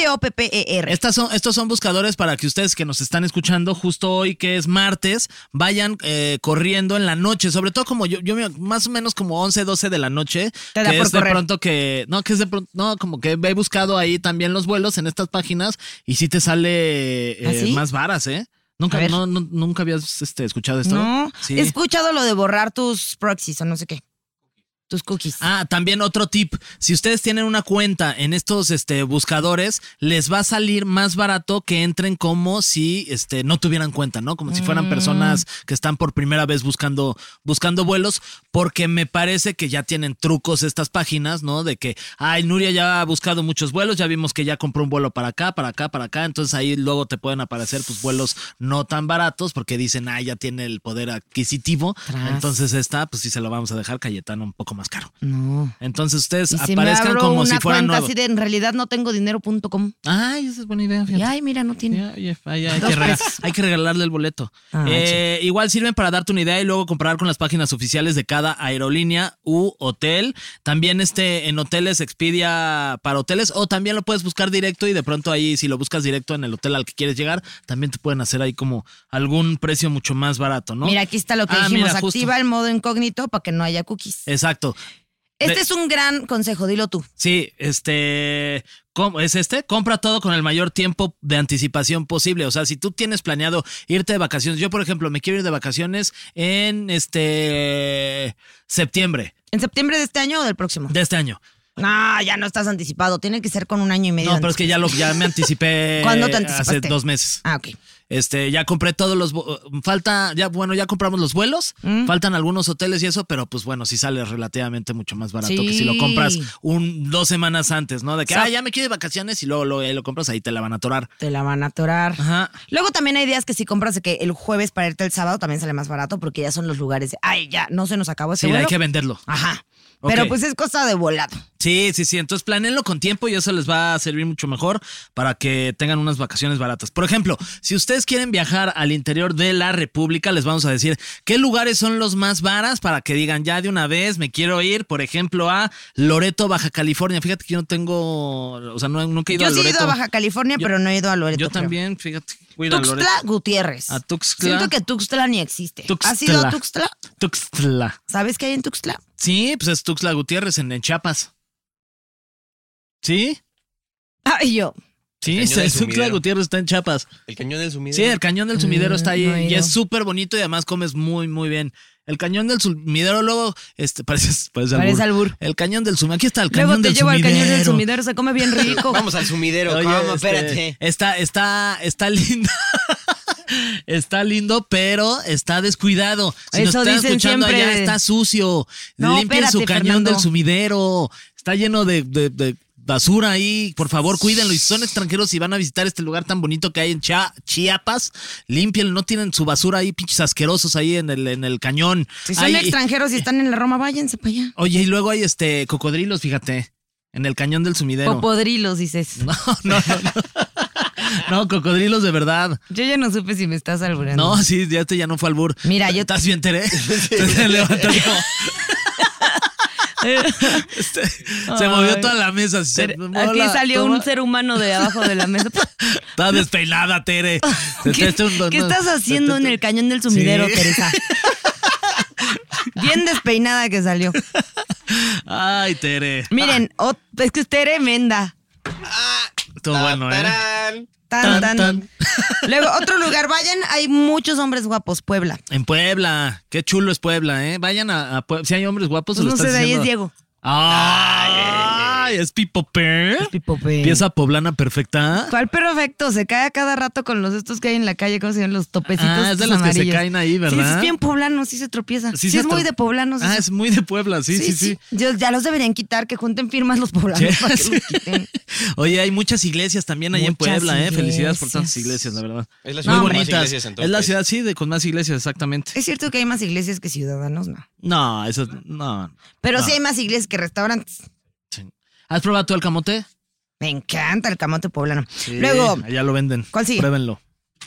H-O-P-P-E-R.
Estas son, estos son buscadores para que ustedes que nos están escuchando justo hoy, que es martes, vayan eh, corriendo en la noche, sobre todo como yo, yo me- más o menos como 11, 12 de la noche,
Te da
que
por
es de
correr.
pronto que, no, que es de pronto, no, como que he buscado ahí también los vuelos en estas páginas y sí te sale eh,
¿Ah, sí?
más varas,
A
¿eh? Nunca,
ver.
no, no- nunca habías este, escuchado esto.
No,
Sí.
he escuchado lo de borrar tus proxies o no sé qué. Tus cookies.
Ah, también otro tip. Si ustedes tienen una cuenta en estos este, buscadores, les va a salir más barato que entren como si este, no tuvieran cuenta, ¿no? Como si fueran personas que están por primera vez buscando, buscando vuelos, porque me parece que ya tienen trucos estas páginas, ¿no? De que, ay, Nuria ya ha buscado muchos vuelos, ya vimos que ya compró un vuelo para acá, para acá, para acá. Entonces ahí luego te pueden aparecer pues, vuelos no tan baratos porque dicen, ay, ya tiene el poder adquisitivo.
Tras.
Entonces esta, pues sí se lo vamos a dejar Cayetano un poco más caro.
no.
Entonces ustedes
Y si me
aparezcan
abro
como
una
si fueran
cuenta
nuevos.
así de en realidad no tengo dinero.com.
Ay, esa es buena idea.
Y
fíjate.
ay, mira, no tiene.
Ya, ya, ay, hay,
Dos
que rega-
pesos.
hay que regalarle el boleto.
Ah,
Eh, igual sirven para darte una idea y luego comparar con las páginas oficiales de cada aerolínea u hotel. También este en hoteles Expedia para hoteles o también lo puedes buscar directo y de pronto ahí si lo buscas directo en el hotel al que quieres llegar, también te pueden hacer ahí como algún precio mucho más barato, ¿no?
Mira, aquí está lo que
Ah,
dijimos.
mira, justo.
Activa el modo incógnito para que no haya cookies.
Exacto.
Este
De-
es un gran consejo, dilo tú.
Sí, este. ¿cómo ¿Es este? Compra todo con el mayor tiempo de anticipación posible. O sea, si tú tienes planeado irte de vacaciones, yo, por ejemplo, me quiero ir de vacaciones en este. septiembre
¿En septiembre de este año o del próximo?
de este año.
No, ya no estás anticipado. Tiene que ser con un año y medio.
No, pero
antes.
es que ya, lo, ya me anticipé.
¿Cuándo te
Hace
anticipaste?
dos meses.
Ah, ok.
Este, ya compré todos los. vo- Falta, ya, bueno, ya compramos los vuelos.
Mm.
Faltan algunos hoteles y eso, pero pues bueno, si sale relativamente mucho más barato que si lo
Sí.
compras un, dos semanas antes, ¿no? De que,
Sa-
ah, ya me quiero de vacaciones y luego lo, eh, lo compras, ahí te la van a atorar.
Te la van a atorar.
Ajá.
Luego también hay días que si compras de que el jueves para irte el sábado también sale más barato porque ya son los lugares de, ay, ya, no se nos acabó ese
Sí, hay
vuelo".
que venderlo.
Ajá.
Ok.
Pero pues es cosa de volado.
Sí, sí, sí. Entonces planenlo con tiempo y eso les va a servir mucho mejor para que tengan unas vacaciones baratas. Por ejemplo, si ustedes quieren viajar al interior de la República, les vamos a decir qué lugares son los más varas para que digan ya de una vez me quiero ir, por ejemplo, a Loreto, Baja California. Fíjate que yo no tengo, o sea, no, nunca he ido
Yo
a
sí he
Loreto.
ido a Baja California,
Yo-
pero no he ido a Loreto.
Yo
creo.
también, fíjate. Voy a ir a Loreto.
Tuxtla Gutiérrez.
A Tuxtla.
Siento que Tuxtla ni existe.
Tuxtla.
¿Has ido a Tuxtla?
Tuxtla.
¿Sabes qué hay en Tuxtla?
Sí, pues es Tuxtla Gutiérrez en, en Chiapas. ¿Sí?
Ay, yo.
Sí,
El cañón del
es Tuxtla
sumidero.
Gutiérrez está en Chiapas.
El cañón del sumidero.
Sí, el cañón del sumidero
Mm,
está ahí
no he
y
ido.
es súper bonito y además comes muy, muy bien. El cañón del sumidero luego, este, parece, parece, albur.
Parece albur.
El cañón del sumidero. Aquí está el
Luego
cañón
te
del
llevo
sumidero.
al cañón del sumidero, se come bien rico.
Vamos al sumidero.
Oye, este,
¿Cómo? Espérate.
Está, está, está lindo. Está lindo, pero está descuidado. Si
Eso
nos están
dicen
escuchando
siempre.
allá, está sucio.
No,
Limpien su
espérate,
cañón
Fernando.
del sumidero. Está lleno de, de- de basura ahí. Por favor, cuídenlo. Y si son extranjeros y van a visitar este lugar tan bonito que hay en Chia- Chiapas, límpienlo. No tienen su basura ahí, pinches asquerosos ahí en el, en el cañón.
Si son
Hay-
extranjeros y están en la Roma, váyanse para allá.
Oye, y luego hay este cocodrilos, fíjate. En el cañón del sumidero.
Popodrilos, dices.
No, no, no. No, No, cocodrilos de verdad.
Yo ya no supe si me estás alburando.
No, sí, ya este ya no fue albur.
Mira, yo-
¿Estás bien, Tere? Se levantó como- este, se movió toda la mesa. se
Pero
movió
aquí
la-
salió
toma.
un ser humano de abajo de la mesa.
Está despeinada, Tere.
Oh, ¿Qué,
Este, un-
qué estás haciendo en el cañón del sumidero,
Sí.
Teresa? Bien despeinada que salió.
Ay, Tere.
Miren, ot- es que es tremenda.
Estuvo bueno, ¿eh?
Tarán.
Tan,
Tan,
tan.
tan.
Luego, otro lugar, vayan, hay muchos hombres guapos, Puebla.
En Puebla. Qué chulo es Puebla, ¿eh? Vayan a, Puebla. Si hay hombres guapos, se
Pues
lo
no sé, de
estás
ahí es
diciendo.
Diego.
Ay, es Pipo Per. Pieza poblana perfecta.
¿Cuál perfecto? Se cae a cada rato con los estos que hay en la calle, ¿cómo se llaman? Los topecitos.
Ah, es de
estos
los que se
amarillos.
caen ahí, ¿verdad?
Sí, sí, es bien poblano, sí se tropieza. Sí,
se
es muy
atro-
de poblano. sí
Ah,
se-
es muy de Puebla, sí, sí, sí.
Yo- ya los deberían quitar, que junten firmas los poblanos
Sí.
para que los quiten.
Oye, hay muchas iglesias también ahí en
Muchas
Puebla, ¿eh? Felicidades por
iglesias.
tantas iglesias, la verdad.
Es
Muy
la ciudad con más
bonitas.
iglesias en todo
es
el
la
país.
ciudad, sí, de, con más iglesias, exactamente.
Es cierto que hay más iglesias que ciudadanos, no.
No, eso, no.
Pero
No.
sí hay más iglesias que restaurantes.
¿Has probado tú el camote?
Me encanta el camote poblano. Luego,
Allá lo venden.
¿Cuál sigue?
Pruébenlo.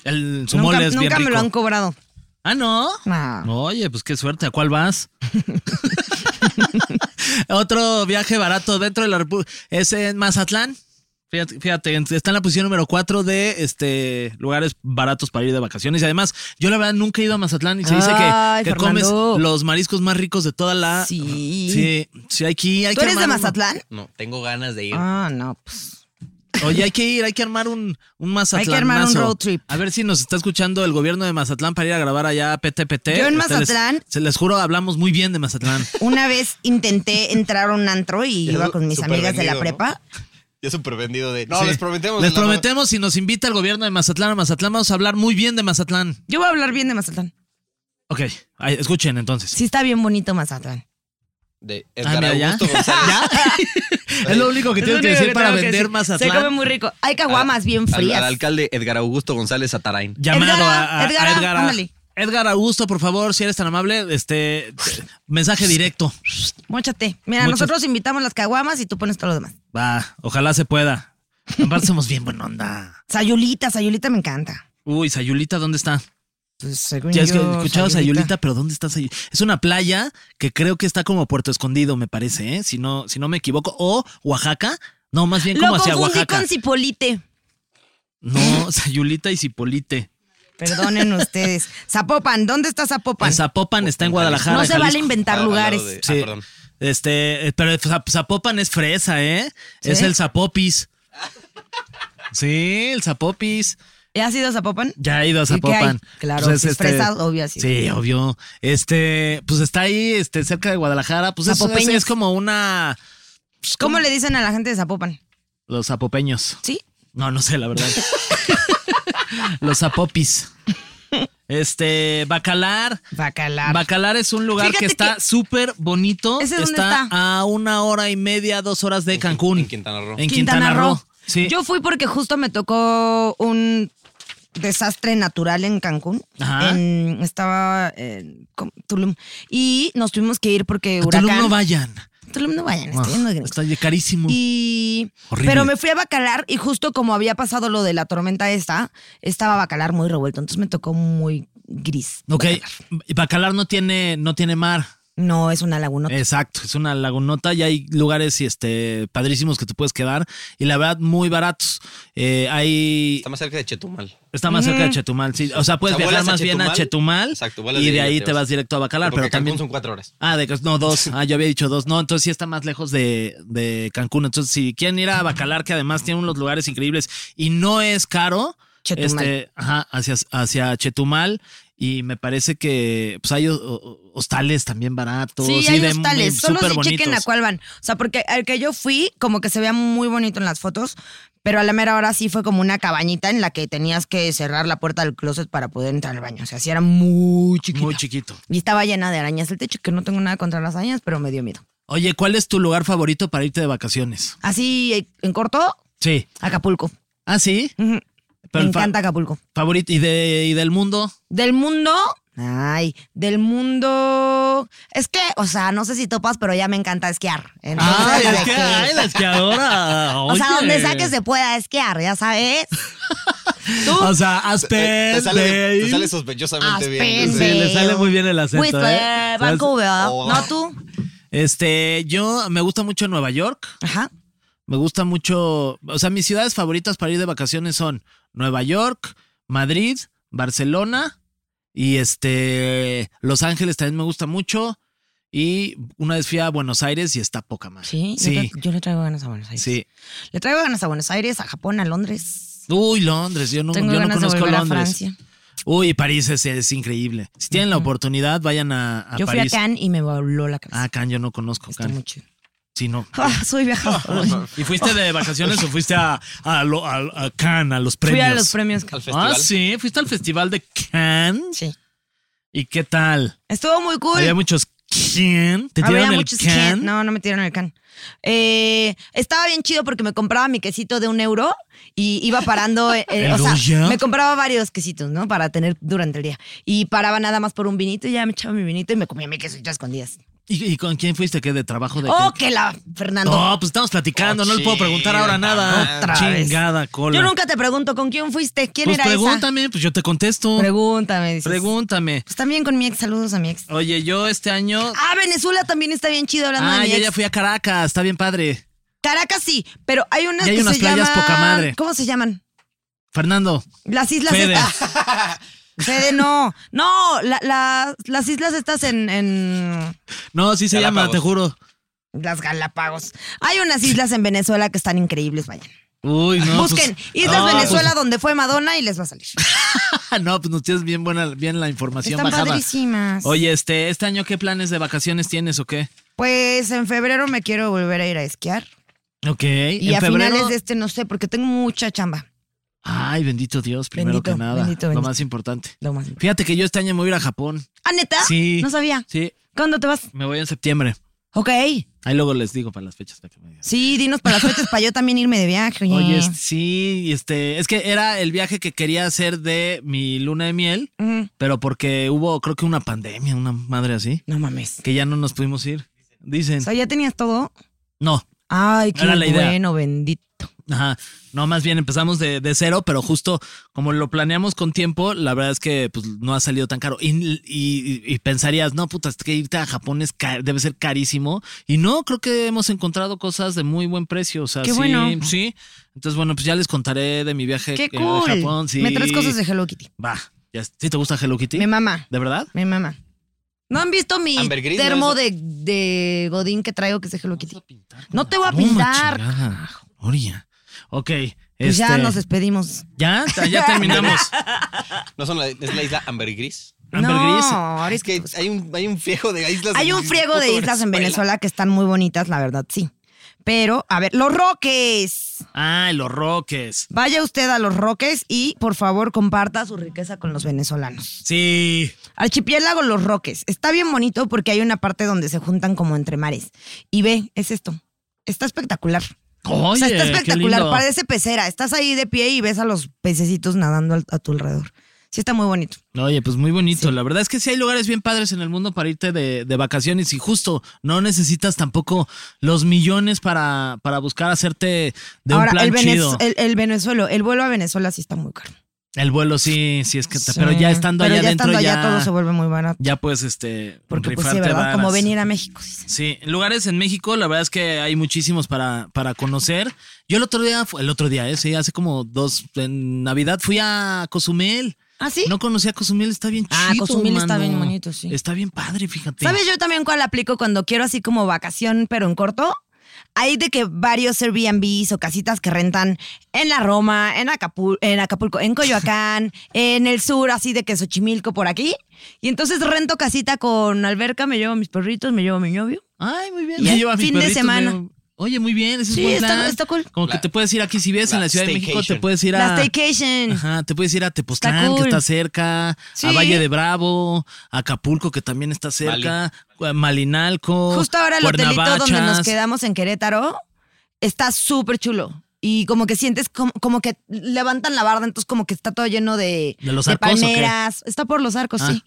El, su
nunca,
mole es bien
nunca me lo han
rico.
cobrado.
Ah, ¿no?
No.
Oye, pues qué suerte. ¿A cuál vas? Otro viaje barato dentro de la República. Es en Mazatlán. Fíjate, fíjate, en- está en la posición número 4 de este, lugares baratos para ir de vacaciones. Y además, yo la verdad nunca he ido a Mazatlán y se dice
Ay,
que, que comes
Fernando.
los mariscos más ricos de toda la.
Sí.
Sí, sí, hay que ir, hay
¿Tú
que
eres de
armar uno.
Mazatlán?
No, tengo ganas de ir.
Ah, no, pues.
Oye, hay que ir, hay que armar un, un Mazatlán.
armar un road trip.
A ver si nos está escuchando el gobierno de Mazatlán para ir a grabar allá a PTPT.
Yo en
Este, les-
Mazatlán-
se les juro, hablamos muy bien de Mazatlán.
Una vez intenté entrar a un antro y
Ya
iba
su-
con mis
súper
amigas de la
vendido, ¿no?
prepa.
Yo súper vendido de. No,
Sí.
les prometemos.
Les
la-
prometemos si nos invita el gobierno de Mazatlán a Mazatlán, vamos a hablar muy bien de Mazatlán.
Yo voy a hablar bien de Mazatlán.
Ok, ahí, escuchen entonces.
Sí está bien bonito Mazatlán.
De
Ah,
Edgar
mira, ya.
Augusto González.
¿Ya? es lo único que tienes que decir para vender
Se come
Mazatlán.
muy rico. Hay caguamas bien
Al,
frías.
al alcalde Edgar Augusto González Atarain.
Llamado a, a-
Edgara,
a Edgar.
ándale.
Edgar Augusto, por favor, si eres tan amable, este mensaje directo.
Móchate. Mira,
Muchas-
nosotros invitamos las caguamas y tú pones todo lo demás.
Va, ojalá se pueda. Aparte somos bien buena onda.
Sayulita, Sayulita me encanta.
Uy, Sayulita, ¿dónde está?
Pues, según
Ya es que
yo,
escuchaba Sayulita, pero ¿dónde está Sayulita? Es una playa que creo que está como Puerto Escondido, me parece, ¿eh? Si no, si no me equivoco. O Oaxaca. No, más bien
Lo
como hacia
confundí
Oaxaca.
con Cipolite.
No, Sayulita y Cipolite.
Perdonen ustedes. Zapopan, ¿dónde está Zapopan?
En Zapopan está en Guadalajara.
no se
Jalisco.
vale inventar
Al- al lado
lugares.
de- ah,
Sí.
perdón.
Este, eh, pero el Zap- Zapopan es fresa, ¿eh? Es el Zapopis. Sí, el Zapopis.
¿Ya has ido a Zapopan?
Ya he ido a
¿Y qué hay?
Zapopan.
Claro,
Pues
si es fresa, obvio, sí.
Sí, obvio. Este, pues está ahí, este, cerca de Guadalajara. Pues es, es,
Zapopeños.
es como una. pues,
¿Cómo
como
le dicen a la gente de Zapopan?
Los zapopeños.
¿Sí?
No, no sé, la verdad. Los zapopis. Este, Bacalar.
Bacalar.
Bacalar es un lugar
Fíjate
que está
que-
súper bonito.
¿Ese dónde está?
a una hora y media, dos horas de Cancún.
en Quintana Roo.
En Quintana, Roo. Sí.
Yo fui porque justo me tocó un desastre natural en Cancún.
Ajá.
En- estaba en ¿cómo? Tulum. Y nos tuvimos que ir porque
A
huracán.
Tulum no vayan.
Tulum no vayan,
Ah,
está lleno de gringos.
está carísimo.
Y,
Horrible.
pero me fui a Bacalar y justo como había pasado lo de la tormenta esta, estaba Bacalar muy revuelto, entonces me tocó muy gris.
ok,
Bacalar.
Bacalar no tiene, no tiene mar.
No, es una laguna.
Exacto, es una lagunota y hay lugares y, este, padrísimos que te puedes quedar y la verdad muy baratos. Eh, hay,
Está más cerca de Chetumal.
está más cerca de Chetumal, sí. O sea, puedes
O sea,
viajar
vuelas a
más bien a Chetumal
Chetumal, exacto, vuelas
y
de
de
ahí
ahí
te
te
vas.
vas directo a Bacalar,
Porque
pero
Cancún
también...
son cuatro horas.
Ah, de, no, dos. Ah, yo había dicho dos. No, entonces sí está más lejos de, de Cancún. Entonces, si quieren ir a Bacalar, que además tiene unos lugares increíbles y no es caro,
Chetumal.
este, ajá, hacia, hacia Chetumal. Y me parece que pues hay o- o- hostales también baratos.
Sí,
y
hay
de-
hostales.
muy-
Solo si
superbonitos.
chequen a cuál van. O sea, porque al que yo fui, como que se veía muy bonito en las fotos, pero a la mera hora sí fue como una cabañita en la que tenías que cerrar la puerta del closet para poder entrar al baño. O sea, sí era muy chiquito.
Muy chiquito.
y estaba llena de arañas el techo, que no tengo nada contra las arañas, pero me dio miedo.
Oye, ¿cuál es tu lugar favorito para irte de vacaciones?
Así, eh, en corto,
Sí.
Acapulco.
Ah, sí.
Ujú.
Pero
me
el fa-
encanta Acapulco.
Favorito. ¿Y, de, y del mundo?
Del mundo. Ay, del mundo. Es que, o sea, no sé si topas, pero ya me encanta esquiar. Entonces, de que-
ay, la esquiadora.
O sea,
oye.
donde sea que se pueda esquiar, ya sabes.
O sea,
Te, te
Aspen,
sale, te
Dale.
sale sospechosamente bien.
Aspen,
Sí.
Sí, le sale muy bien el
Fuiste
acento. ¿eh?
de Vancouver,
Oh.
¿no tú?
Este, yo me gusta mucho Nueva York.
Ajá.
Me gusta mucho. O sea, mis ciudades favoritas para ir de vacaciones son Nueva York, Madrid, Barcelona y este. Los Ángeles también me gusta mucho. Y una vez fui a Buenos Aires y está poca más.
Sí, Yo,
sí.
le- yo le traigo ganas a Buenos Aires.
sí.
Le traigo ganas a Buenos Aires, a Japón, a Londres.
Uy, Londres. Yo no,
Tengo
yo no
ganas de
conozco
volver a
Londres.
Francia.
Uy, París es, es increíble. Si tienen la oportunidad, vayan a, a
yo fui
París.
a Cannes y me voló la cabeza.
Ah, Cannes, yo no conozco
Está
Cannes.
muy chido.
Sí, no.
Ah, soy viajador.
¿Y fuiste de vacaciones o fuiste a, a, lo- a- a Cannes, a los
Fui
premios?
a los premios.
Al festival.
Ah, sí, fuiste al festival de Cannes.
Sí.
¿Y qué tal?
Estuvo muy cool.
Había muchos Cannes. ¿Te
Había
dieron el
muchos
Cannes?
can- No, no me tiraron el can. Eh, estaba bien chido porque me compraba mi quesito de un euro y iba parando. eh, eh,
¿El
o sea,
Goya?
me compraba varios quesitos, ¿no? Para tener durante el día. Y paraba nada más por un vinito y ya me echaba mi vinito y me comía mi quesito a escondidas.
¿Y, y con quién fuiste? ¿Qué? ¿De trabajo? ¿De
¡Oh,
qué?
que la Fernando!
No, pues estamos platicando.
Oh,
no le puedo preguntar ahora
chido,
nada.
otra vez.
Chingada cola.
Yo nunca te pregunto con quién fuiste, quién
Pues
era
pregúntame, pues yo te contesto.
esa. Pregúntame. dices.
Pregúntame.
Pues también con mi ex, saludos a mi ex.
Oye, yo este año.
Ah, Venezuela también está bien chido hablando de
Ah,
mi
yo
ex.
ya fui a Caracas. Está bien padre.
Caracas sí, pero hay unas
Y hay
que
unas
se
playas
llaman-
poca madre.
¿Cómo se llaman?
Fernando.
Las islas
Fede.
estas. Fede, no. No, la- la- las islas estas en, en
No, sí se llama,
Galápagos.
te juro.
las Galápagos. Hay unas islas en Venezuela que están increíbles, vayan.
Uy, no. pues-
Busquen Islas
Ah,
Venezuela donde fue Madonna y les va a salir.
pues- no, pues nos tienes bien buena, bien la información
Están
bajada.
padrísimas.
Oye, este, este año qué planes de vacaciones tienes o qué?
Pues en febrero me quiero volver a ir a esquiar.
Ok.
Y
en
a
febrero.
finales de este no sé, porque tengo mucha chamba.
Ay, bendito Dios, primero
Bendito,
que nada.
bendito,
Lo
bendito.
más importante.
Lo más. importante.
Fíjate que yo este año me voy a ir a Japón.
Ah, neta.
Sí.
No sabía.
Sí,
¿Cuándo te vas?
me voy en septiembre.
Ok.
Ahí luego les digo para las fechas para que me digan.
Sí, dinos para las fechas para yo también irme de viaje. Oye,
Oye, sí, este, es que era el viaje que quería hacer de mi luna de miel,
Ujú.
pero porque hubo, creo que una pandemia, una madre así,
no mames.
que ya no nos pudimos ir.
O
Dicen,
sea, ya tenías todo.
no,
Ay, qué
Era la idea.
bueno, bendito.
Ajá. No, más bien empezamos de, de cero, pero justo como lo planeamos con tiempo, la verdad es que pues, no ha salido tan caro. Y, y- y pensarías, no, puta, es que irte a Japón es ca- debe ser carísimo. Y no, creo que hemos encontrado cosas de muy buen precio. O sea,
Qué
sí,
bueno.
sí. Entonces, bueno, pues ya les contaré de mi viaje
Qué
eh,
cool.
a Japón. Sí.
Me traes cosas de Hello Kitty.
Va, ya. ¿Sí te gusta Hello Kitty?
Mi mamá.
¿De verdad?
Mi mamá. ¿No han visto mi
Ambergris,
termo
¿no?
de, de Godín que traigo que es de Hello Kitty? No te voy a
Toma,
pintar.
Oh, chingada, Oria. Ok.
Pues ya
este,
nos despedimos.
¿Ya? ¿Ya, terminamos.
No son la, es la isla Ambergris.
Ambergris.
No, ahora pues,
Es que hay un, hay un friego de islas.
Hay
en
un friego de
puto
islas en Venezuela que están muy bonitas, la verdad, sí. Pero, a ver, los roques.
Ah, los roques.
Vaya usted a los roques y por favor comparta su riqueza con los venezolanos.
Sí.
Archipiélago Los Roques. Está bien bonito porque hay una parte donde se juntan como entre mares. Y ve, es esto. Está espectacular. o sea,
Oye,
está
qué
espectacular.
lindo.
Parece pecera. Estás ahí de pie y ves a los pececitos nadando al- a tu alrededor. Sí, está muy bonito.
Oye, pues muy bonito. La verdad es que sí hay lugares bien padres en el mundo para irte de, de vacaciones y justo no necesitas tampoco los millones para, para buscar hacerte de
Ahora,
un plan
el, Venez-
chido. El,
el- el Venezuela, el vuelo a Venezuela sí está muy caro.
vuelo sí, sí es que...
Sí.
te- Pero ya estando
Pero
allá
ya
adentro
estando
ya,
allá todo se vuelve muy barato.
ya puedes este,
Porque pues sí,
rifarte
¿verdad? Como
varas.
venir a México. dice.
Sí, lugares en México, la verdad es que hay muchísimos para, para conocer. Yo el otro día, fu- el otro día, eh, sí, hace como dos, en Navidad fui a Cozumel.
¿Ah, sí?
No conocía Cozumel, está bien chido.
Ah, Cozumel está
mano.
bien bonito, sí.
Está bien padre, fíjate.
¿Sabes yo también cuál aplico cuando quiero así como vacación, pero en corto? Hay de que varios Airbnbs o casitas que rentan en la Roma, en, Acapu- en Acapulco, en Coyoacán, en el sur, así de que Xochimilco por aquí. Y entonces rento casita con alberca, me llevo mis perritos, me llevo mi novio.
Ay, muy bien.
Y
Me
el
llevo a mis
fin de
perritos,
semana.
me llevo- Oye, muy bien, ese es
Sí,
buen
está-
plan.
está cool.
Como que
La-
te puedes ir aquí, si vives en
la
la Ciudad de México, te
staycation.
puedes ir
La
a...
staycation.
Ajá, te puedes ir a Tepoztlán,
Está cool.
que está cerca,
Sí.
a Valle de Bravo, a Acapulco, que también está cerca, a Malinalco.
Justo ahora el hotelito donde nos
Cuernavachas.
quedamos en Querétaro está súper chulo. Y como que sientes como, como que levantan la barda, entonces como que está todo lleno de,
¿De los arcos o qué?
palmeras. Está por los arcos,
Ah.
sí.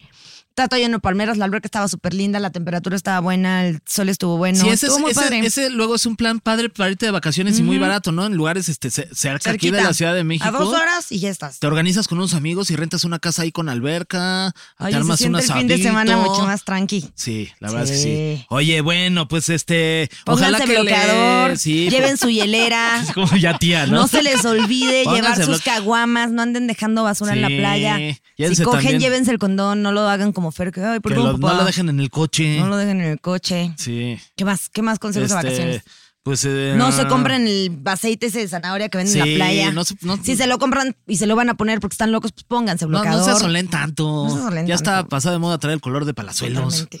Está todo lleno de palmeras, la alberca estaba súper linda, la temperatura estaba buena, el sol estuvo bueno.
Sí, ese, es-
estuvo muy
ese-
padre.
ese luego es un plan padre para irte de vacaciones y muy barato, ¿no? En lugares este, ce- cerca aquí de
Cerquita.
la Ciudad de México.
A dos horas y ya estás.
Te organizas con unos amigos y rentas una casa ahí con alberca,
Oye,
te
se
armas un
siente el fin
asadito.
de semana mucho más tranqui.
Sí, la verdad es que
Sí.
sí. Oye, bueno, pues este,
Pónganse
ojalá que
bloqueador,
le... sí,
lleven su hielera.
Es como ya tía, Ah, ¿no?
No se les olvide
Pónganse
llevar sus
bloque-
caguamas, no anden dejando basura en la
Sí,
playa. Si
llévense
cogen,
también.
llévense el condón, no lo hagan como Fer, que ay, por
Que
favor,
lo- no
papá,
lo dejen en el coche.
no lo dejen en el coche.
Sí.
¿Qué más? ¿Qué más consejos de
Este,
vacaciones?
Pues eh,
No se compren el aceite ese de zanahoria que venden en
Sí,
la playa.
no se- no-
si se lo compran y se lo van a poner porque están locos, pues pónganse
No,
bloqueador.
no se asolen tanto.
No se asolen
ya está
tanto.
pasada de moda traer el color de palazuelos.
Totalmente.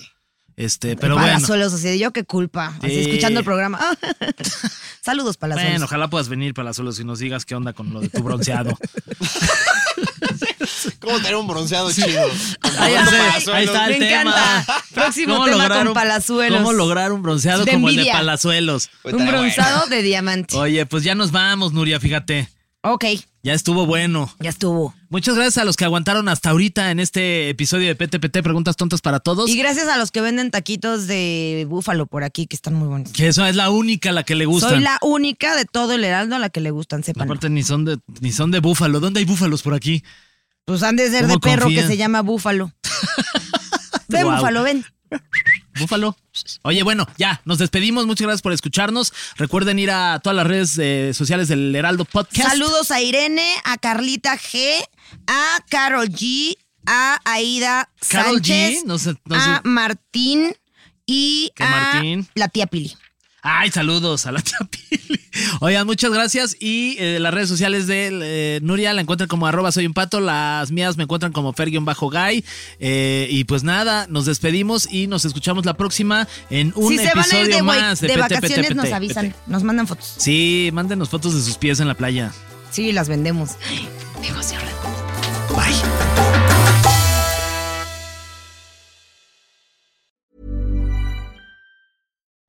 Este, pero
Para
bueno.
suelos, así de yo qué culpa. Así
Sí.
escuchando el programa. Saludos para las
Bueno, ojalá puedas venir Palazuelos y nos digas qué onda con lo de tu bronceado.
¿Cómo tener un bronceado chido?
Ahí está,
ahí está el
Me
tema.
encanta. Próximo
¿Cómo
tema
lograr
con
un-
Palazuelos.
¿Cómo lograr un bronceado
De
como el de
envidia.
Palazuelos?
Un bronzado de diamante.
Pues Oye, pues ya nos vamos, Nuria, fíjate.
Ok,
Ya estuvo bueno.
ya estuvo.
Muchas gracias a los que aguantaron hasta ahorita en este episodio de PTPT, Preguntas Tontas para Todos.
Y gracias a los que venden taquitos de búfalo por aquí, que están muy bonitos.
Que eso es la única a la que le gustan.
Soy la única de todo el heraldo a la que le gustan, sepan.
Aparte ni son de ni son de búfalo. ¿Dónde hay búfalos por aquí?
Pues han de ser
¿Cómo
de perro que
confían?
se llama búfalo. ven,
Guau.
búfalo, ven.
Búfalo. Oye, bueno, ya, nos despedimos. Muchas gracias por escucharnos. Recuerden ir a todas las redes eh, sociales del Heraldo Podcast.
Saludos a Irene, a Carlita G, a Carol G, a Aida
Karol
Sánchez,
G, no sé- no
a
sé.
Martín y
¿Qué
a
Martín?
la tía Pili.
Ay, saludos a la tía Pili. Oigan, muchas gracias. Y eh, las redes sociales de eh, Nuria la encuentran como arroba soy un pato. Las mías me encuentran como fer-guy. Eh, y pues nada, nos despedimos y nos escuchamos la próxima en un
si se
episodio
van a ir de, güey-
más
de
de, PT,
vacaciones,
PT,
nos
PT.
avisan, nos mandan fotos.
Sí, mándenos fotos de sus pies en la playa.
Sí, las vendemos. Ay, Negocio redondo.
Bye.